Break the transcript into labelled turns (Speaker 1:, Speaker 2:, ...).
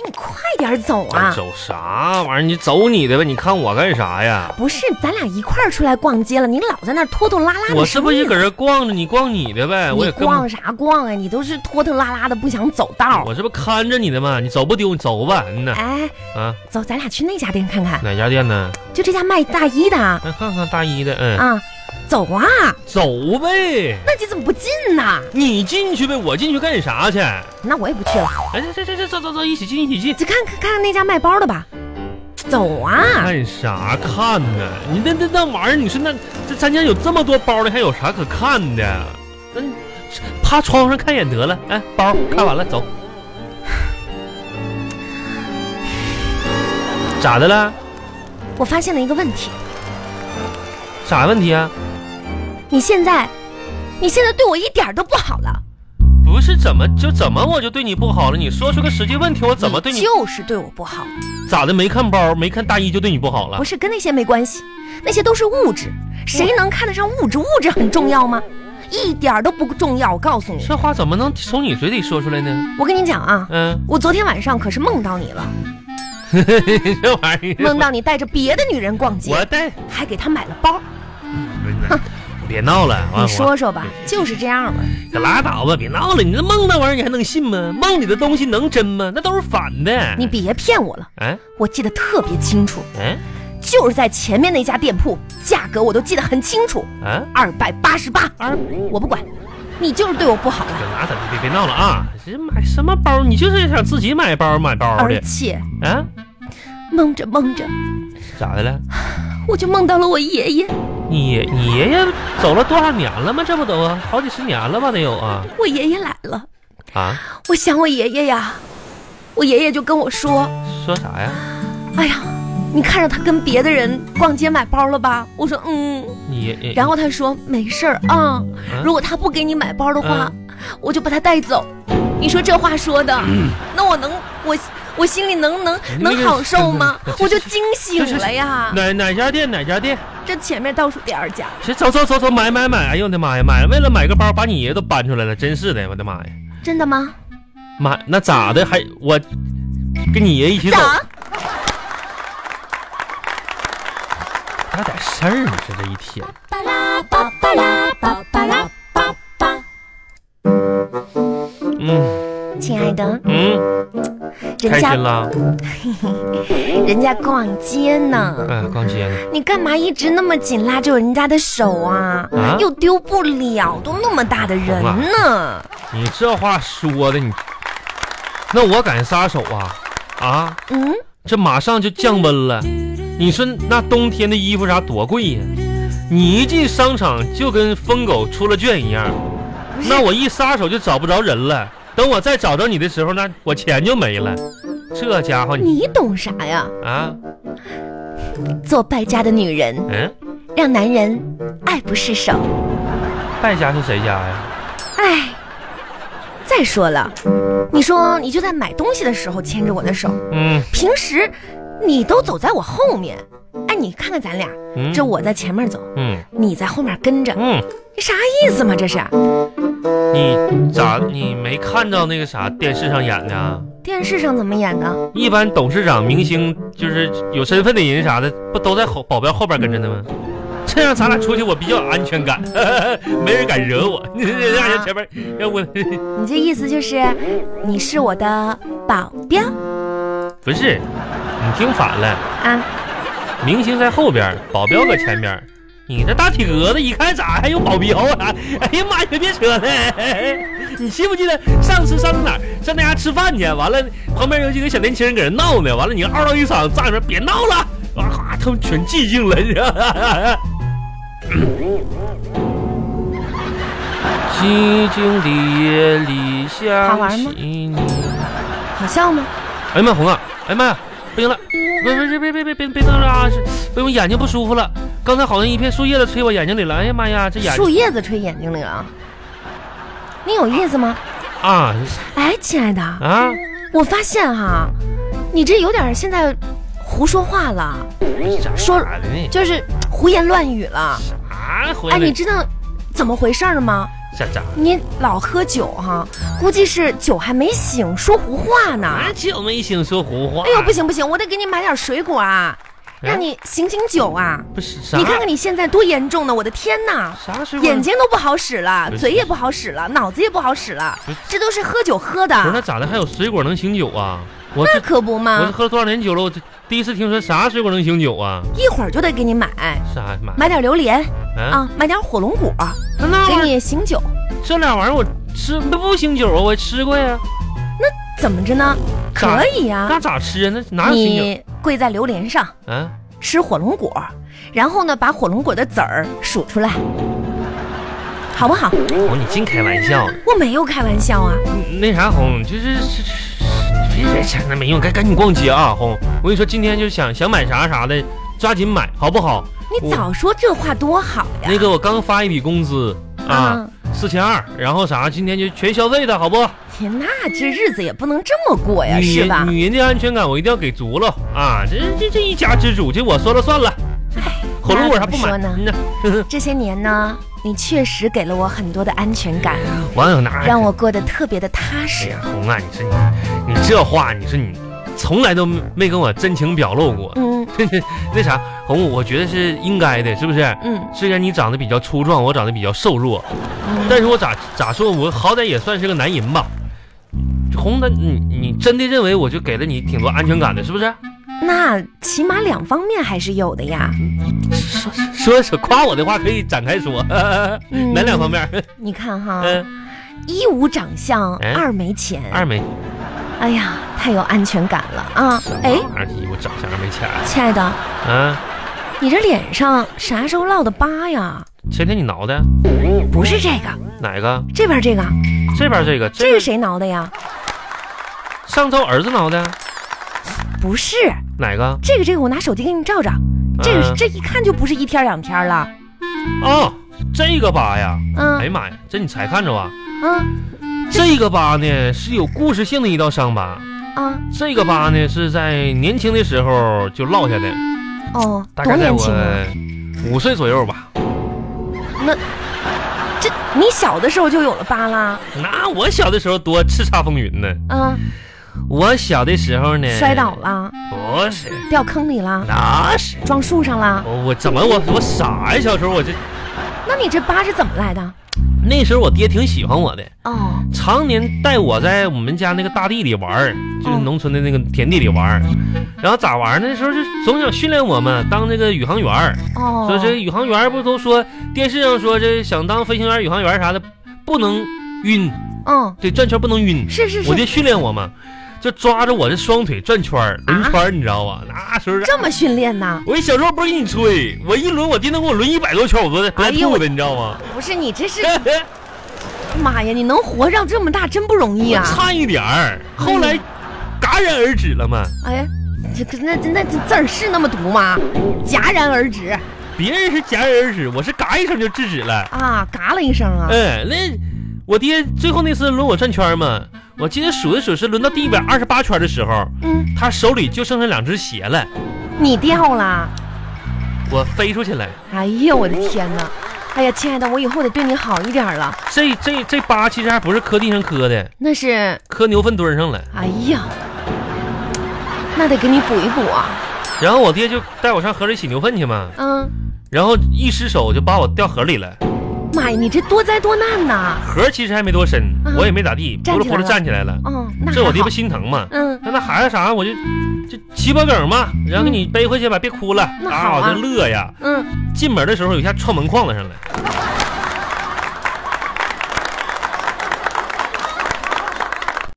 Speaker 1: 哎点走啊！
Speaker 2: 哎走啥玩意儿？你走你的吧，你看我干啥呀？
Speaker 1: 不是，咱俩一块儿出来逛街了，你老在那儿拖拖拉拉的。
Speaker 2: 我这不也搁这逛着，你逛你的呗，我
Speaker 1: 你
Speaker 2: 也跟
Speaker 1: 逛啥逛啊？你都是拖拖拉拉的，不想走道。
Speaker 2: 我这不看着你的吗？你走不丢，你走吧，嗯呐
Speaker 1: 哎，
Speaker 2: 啊，
Speaker 1: 走，咱俩去那家店看看，
Speaker 2: 哪家店呢？
Speaker 1: 就这家卖大衣的啊。
Speaker 2: 那看看大衣的，嗯，
Speaker 1: 啊走啊！
Speaker 2: 走呗，
Speaker 1: 那你怎么不进呢？
Speaker 2: 你进去呗，我进去干啥去？哎，
Speaker 1: 那我也不去了，
Speaker 2: 这这这这走走走，一起进一起进。
Speaker 1: 就看看看看那家卖包的吧。走啊！
Speaker 2: 看啥看呢？你那那那玩意儿，你说那这咱家有这么多包的，还有啥可看的？那你趴窗户上看一眼得了。哎，包看完了，走。咋的了？
Speaker 1: 我发现了一个问题，
Speaker 2: 啥问题啊？
Speaker 1: 你现在，你现在对我一点儿都不好了，
Speaker 2: 不是怎么就怎么我就对你不好了？你说出个实际问题，我怎么对你
Speaker 1: 就是对我不好，
Speaker 2: 咋的？没看包，没看大衣就对你不好了
Speaker 1: 不？是跟那些没关系，那些都是物质，谁能看得上物质？物质很重要吗？一点儿都不重要，我告诉你，
Speaker 2: 这话怎么能从你嘴里说出来呢？
Speaker 1: 我跟你讲啊，
Speaker 2: 嗯，
Speaker 1: 我昨天晚上可是梦到你了，
Speaker 2: 这玩意儿
Speaker 1: 梦，到你带着别的女人逛街，
Speaker 2: 我带。
Speaker 1: 还给她买了包，
Speaker 2: 别闹了，完
Speaker 1: 你
Speaker 2: 我
Speaker 1: 说说吧，就是这样吧。
Speaker 2: 可拉倒吧，别闹了！你这梦那玩意儿你还能信吗？梦里的东西能真吗？那都是反的。
Speaker 1: 你别骗我了，
Speaker 2: 哎
Speaker 1: 我记得特别清楚，
Speaker 2: 哎
Speaker 1: 就是在前面那家店铺，价格我都记得很清楚，
Speaker 2: 哎，
Speaker 1: 二百八十八，
Speaker 2: 二
Speaker 1: 我不管，你就是对我不好了，
Speaker 2: 拉倒，别别闹了啊！这买什么包？你就是想自己买包买包
Speaker 1: 而
Speaker 2: 的
Speaker 1: 且
Speaker 2: 啊？
Speaker 1: 梦着梦着，
Speaker 2: 咋的了？
Speaker 1: 我就梦到了我爷爷，
Speaker 2: 你爷你爷爷走了多少年了吗？这不都啊，好几十年了吧？得有啊
Speaker 1: 我爷爷来了，
Speaker 2: 啊！
Speaker 1: 我想我爷爷呀，我爷爷就跟我说，
Speaker 2: 说啥呀？
Speaker 1: 哎呀，你看着他跟别的人逛街买包了吧？我说嗯，
Speaker 2: 你爷爷
Speaker 1: 然后他说没事儿啊，
Speaker 2: 嗯
Speaker 1: 如果他不给你买包的话，我就把他带走。你说这话说的，那我能我我心里能能
Speaker 2: 嗯你那个
Speaker 1: 能好受吗
Speaker 2: 真的？
Speaker 1: 我就惊醒了呀！
Speaker 2: 哪哪家店哪家店？
Speaker 1: 这前面倒数第二家，
Speaker 2: 这走走走走买买买！哎呦我的妈呀，买为了买个包把你爷爷都搬出来了，真是的，我的妈呀！
Speaker 1: 真的吗？
Speaker 2: 妈，那咋的？还我跟你爷一起走，
Speaker 1: 咋？
Speaker 2: 还有点事儿？你说这一天，
Speaker 3: 巴拉巴巴拉巴巴拉巴巴。
Speaker 2: 嗯
Speaker 1: 亲爱的，
Speaker 2: 嗯，
Speaker 1: 人
Speaker 2: 开
Speaker 1: 家
Speaker 2: 心了，
Speaker 1: 人家逛街呢，
Speaker 2: 哎，逛街呢，
Speaker 1: 你干嘛一直那么紧拉着人家的手啊？
Speaker 2: 啊
Speaker 1: 又丢不了，都那么大的人呢，
Speaker 2: 你这话说的你，那我敢撒手啊啊！
Speaker 1: 嗯，
Speaker 2: 这马上就降温了，你说那冬天的衣服啥多贵呀、你一进商场就跟疯狗出了圈一样，
Speaker 1: 不是
Speaker 2: 那我一撒手就找不着人了。等我再找着你的时候，那我钱就没了。这家伙你
Speaker 1: 你懂啥呀？
Speaker 2: 啊，
Speaker 1: 做败家的女人，
Speaker 2: 嗯，
Speaker 1: 让男人爱不释手。
Speaker 2: 败家是谁家呀？
Speaker 1: 哎，再说了，你说你就在买东西的时候牵着我的手，
Speaker 2: 嗯，
Speaker 1: 平时你都走在我后面。哎，你看看咱俩，
Speaker 2: 嗯
Speaker 1: 这我在前面走，
Speaker 2: 嗯
Speaker 1: 你在后面跟着，
Speaker 2: 嗯，
Speaker 1: 这啥意思嘛？这是
Speaker 2: 你咋你没看到那个啥电视上演的啊？
Speaker 1: 电视上怎么演的？
Speaker 2: 一般董事长、明星就是有身份的人啥的，不都在后保镖后边跟着呢吗？这样咱俩出去我比较有安全感， 没人敢惹我。 你这俩人前面，要不
Speaker 1: 你这意思就是你是我的保镖
Speaker 2: 不是，你听反了，
Speaker 1: 啊？
Speaker 2: 明星在后边，保镖搁前边。你这大体格子一看咋还有保镖啊？ 哎呀妈呀，别扯了！ 你记不记得上次上哪儿上那家吃饭去？完了，旁边有几个小年轻人搁那闹呢。完了，你嗷唠一嗓，站里面别闹了。哇哈，他们全寂静了，你知道 吗？寂静的夜里
Speaker 1: 好
Speaker 2: 想
Speaker 1: 玩
Speaker 2: 起
Speaker 1: 吗
Speaker 2: 你。
Speaker 1: 好笑吗？
Speaker 2: 哎呀妈，红啊！哎呀妈呀，不行了！别别别别别别别弄了啊！是，哎呦我眼睛不舒服了。刚才好像一片树叶子吹我眼睛里了。哎呀妈呀，这眼
Speaker 1: 树
Speaker 2: 睛
Speaker 1: 叶子吹眼睛里了，你有意思吗？
Speaker 2: 啊
Speaker 1: 哎，亲爱的，
Speaker 2: 啊！
Speaker 1: 我发现哈、你这有点现在胡说话了，说
Speaker 2: 咋的呢？
Speaker 1: 就是胡言乱语了。
Speaker 2: 啥回
Speaker 1: 哎，
Speaker 2: 来
Speaker 1: 你？知道怎么回事儿吗？
Speaker 2: 咋咋？
Speaker 1: 你老喝酒哈、估计是酒还没醒，说胡话呢。
Speaker 2: 啊，就没兴说胡话。
Speaker 1: 哎呦，不，行不行，我得给你买点水果啊，让你醒醒酒啊。
Speaker 2: 不是哎啥？
Speaker 1: 你看看你现在多严重呢！我的天哪，
Speaker 2: 啥时候？
Speaker 1: 眼睛都不好使了
Speaker 2: 不，是
Speaker 1: 嘴也不好使了，脑子也不好使了
Speaker 2: 不是，
Speaker 1: 这都是喝酒喝
Speaker 2: 不是那
Speaker 1: 的。
Speaker 2: 咋的？还有水果能醒酒啊？我
Speaker 1: 那
Speaker 2: 这
Speaker 1: 可不
Speaker 2: 我这
Speaker 1: 嘛，
Speaker 2: 喝了多少年酒了？我这第一次听说啥水果能醒酒啊？
Speaker 1: 一会儿就得给你买，
Speaker 2: 啥妈
Speaker 1: 买点榴莲
Speaker 2: 啊？
Speaker 1: 啊，买点火龙果，
Speaker 2: 那那
Speaker 1: 给
Speaker 2: 玩意儿，
Speaker 1: 你醒酒。
Speaker 2: 这俩玩意儿我吃那不醒酒啊？我吃过呀，
Speaker 1: 怎么着呢？
Speaker 2: 咋
Speaker 1: 可以呀、
Speaker 2: 那咋吃啊？那哪有醒酒
Speaker 1: 你跪在榴莲上
Speaker 2: 啊？
Speaker 1: 吃火龙果，然后呢，把火龙果的籽儿数出来，好不好？
Speaker 2: 红，你净开玩笑呢。
Speaker 1: 我没有开玩笑啊。
Speaker 2: 那啥，红，就是是是别别想那没用，赶赶紧逛街啊，红。我跟你说，今天就想想买啥啥的，抓紧买，好不好？
Speaker 1: 你
Speaker 2: 我
Speaker 1: 早说这话多好呀！
Speaker 2: 那个我刚发一笔工资啊，
Speaker 1: 啊，
Speaker 2: 四千二，然后啥，今天就全消费的好不？
Speaker 1: 天呐，这日子也不能这么过呀，
Speaker 2: 女
Speaker 1: 是吧
Speaker 2: 人？女人的安全感我一定要给足了啊！这这这一家之主，这我说了算了。火龙果还不买
Speaker 1: 那怎么说呢
Speaker 2: 嗯呐？
Speaker 1: 这些年呢，你确实给了我很多的安全感，
Speaker 2: 网友拿
Speaker 1: 让我过得特别的踏
Speaker 2: 哎
Speaker 1: 实。
Speaker 2: 呀，红啊，你说你你这话，你说你从来都没没跟我真情表露过。
Speaker 1: 嗯
Speaker 2: 那啥，红，我觉得是应该的，是不是？
Speaker 1: 嗯，
Speaker 2: 虽然你长得比较粗壮，我长得比较瘦弱，
Speaker 1: 嗯
Speaker 2: 但是我咋咋说，我好歹也算是个男人吧。红的，你你真的认为我就给了你挺多安全感的，是不是？
Speaker 1: 那起码两方面还是有的呀。
Speaker 2: 嗯说说夸我的话可以展开说，
Speaker 1: 嗯
Speaker 2: 哪两方面？
Speaker 1: 你看哈，
Speaker 2: 嗯，
Speaker 1: 一无长相，
Speaker 2: 哎
Speaker 1: 二没钱，
Speaker 2: 二没，
Speaker 1: 哎呀，太有安全感了啊！哎，
Speaker 2: 二一我长相没钱
Speaker 1: 亲爱的，
Speaker 2: 啊？
Speaker 1: 你这脸上啥时候落的疤呀？
Speaker 2: 前天你挠的
Speaker 1: 不是这个，
Speaker 2: 哪个？
Speaker 1: 这边这个，
Speaker 2: 这边这个，
Speaker 1: 这
Speaker 2: 这
Speaker 1: 是
Speaker 2: 个
Speaker 1: 谁挠的呀？
Speaker 2: 上周儿子挠的
Speaker 1: 不是，
Speaker 2: 哪个？
Speaker 1: 这个这个，我拿手机给你照照。这个
Speaker 2: 嗯
Speaker 1: 这一看就不是一天两天了。
Speaker 2: 哦，这个疤呀，哎
Speaker 1: 嗯
Speaker 2: 呀妈呀，这你才看着啊？
Speaker 1: 嗯
Speaker 2: 这个疤呢是有故事性的一道伤疤。
Speaker 1: 嗯，
Speaker 2: 这个疤呢是在年轻的时候就落下的，
Speaker 1: 哦，
Speaker 2: 大
Speaker 1: 多
Speaker 2: 概在
Speaker 1: 年
Speaker 2: 我
Speaker 1: 轻啊！
Speaker 2: 五岁左右吧。
Speaker 1: 这你小的时候就有了疤啦？
Speaker 2: 那我小的时候多叱咤风云呢，
Speaker 1: 嗯，
Speaker 2: 我小的时候呢
Speaker 1: 摔倒，了，
Speaker 2: 不是，
Speaker 1: 掉坑里啦，
Speaker 2: 那是
Speaker 1: 撞树上啦。
Speaker 2: 我我怎么我我傻呀？小时候我这
Speaker 1: 那你这疤是怎么来的？
Speaker 2: 那时候我爹挺喜欢我的，
Speaker 1: 哦，
Speaker 2: 常年带我在我们家那个大地里玩儿，就是
Speaker 1: 哦
Speaker 2: 农村的那个田地里玩儿。然后咋玩儿呢？那时候就总想训练我们当这个宇航员儿。
Speaker 1: 哦，
Speaker 2: 说这宇航员不都说电视上说这想当飞行员、宇航员啥的，不能晕，
Speaker 1: 嗯，
Speaker 2: 对，转圈不能晕。
Speaker 1: 是是
Speaker 2: 我
Speaker 1: 是，
Speaker 2: 爹训练我嘛，就抓着我这双腿转圈儿轮圈
Speaker 1: 啊
Speaker 2: 儿，你知道吧？那时候是
Speaker 1: 这么训练呐？
Speaker 2: 我一小时候不是跟你吹，我一轮我爹能给我轮一百多圈，我都
Speaker 1: 哎
Speaker 2: 带
Speaker 1: 呦
Speaker 2: 吐的，你知道吗？
Speaker 1: 不是你这是，
Speaker 2: 哎
Speaker 1: 妈呀，你能活上这么大真不容易啊！
Speaker 2: 差一点儿，后来
Speaker 1: 嗯
Speaker 2: 戛然而止了嘛。
Speaker 1: 哎，这可那那这字儿是那么读吗？戛然而止
Speaker 2: 别人是戛然而止，我是嘎一声就制止了。
Speaker 1: 啊，嘎了一声啊！
Speaker 2: 哎，那我爹最后那次轮我转圈嘛，我记得数一数是轮到第一百二十八圈的时候，
Speaker 1: 嗯，
Speaker 2: 他手里就剩下两只鞋了，
Speaker 1: 你掉了，
Speaker 2: 我飞出去了。
Speaker 1: 哎呀，我的天哪！哎呀，亲爱的，我以后得对你好一点了。
Speaker 2: 这这这疤其实还不是磕地上磕的，
Speaker 1: 那是，
Speaker 2: 磕牛粪墩上了。
Speaker 1: 哎呀，那得给你补一补啊。
Speaker 2: 然后我爹就带我上河里洗牛粪去嘛，
Speaker 1: 嗯，
Speaker 2: 然后一失手就把我掉河里了。
Speaker 1: 妈呀，你这多灾多难呐！
Speaker 2: 河其实还没多深，
Speaker 1: 嗯
Speaker 2: 我也没咋地，
Speaker 1: 站
Speaker 2: 扑
Speaker 1: 起来
Speaker 2: 噜扑噜
Speaker 1: 了
Speaker 2: 站起来了。
Speaker 1: 嗯，那
Speaker 2: 这我
Speaker 1: 还
Speaker 2: 爹
Speaker 1: 好
Speaker 2: 不。心疼吗？
Speaker 1: 嗯，
Speaker 2: 那那孩子啥，我就就七八梗嘛，然后给你背回去吧，别哭了。
Speaker 1: 那好啊
Speaker 2: 我这乐呀！
Speaker 1: 嗯，
Speaker 2: 进门的时候有一下撞门框子上了，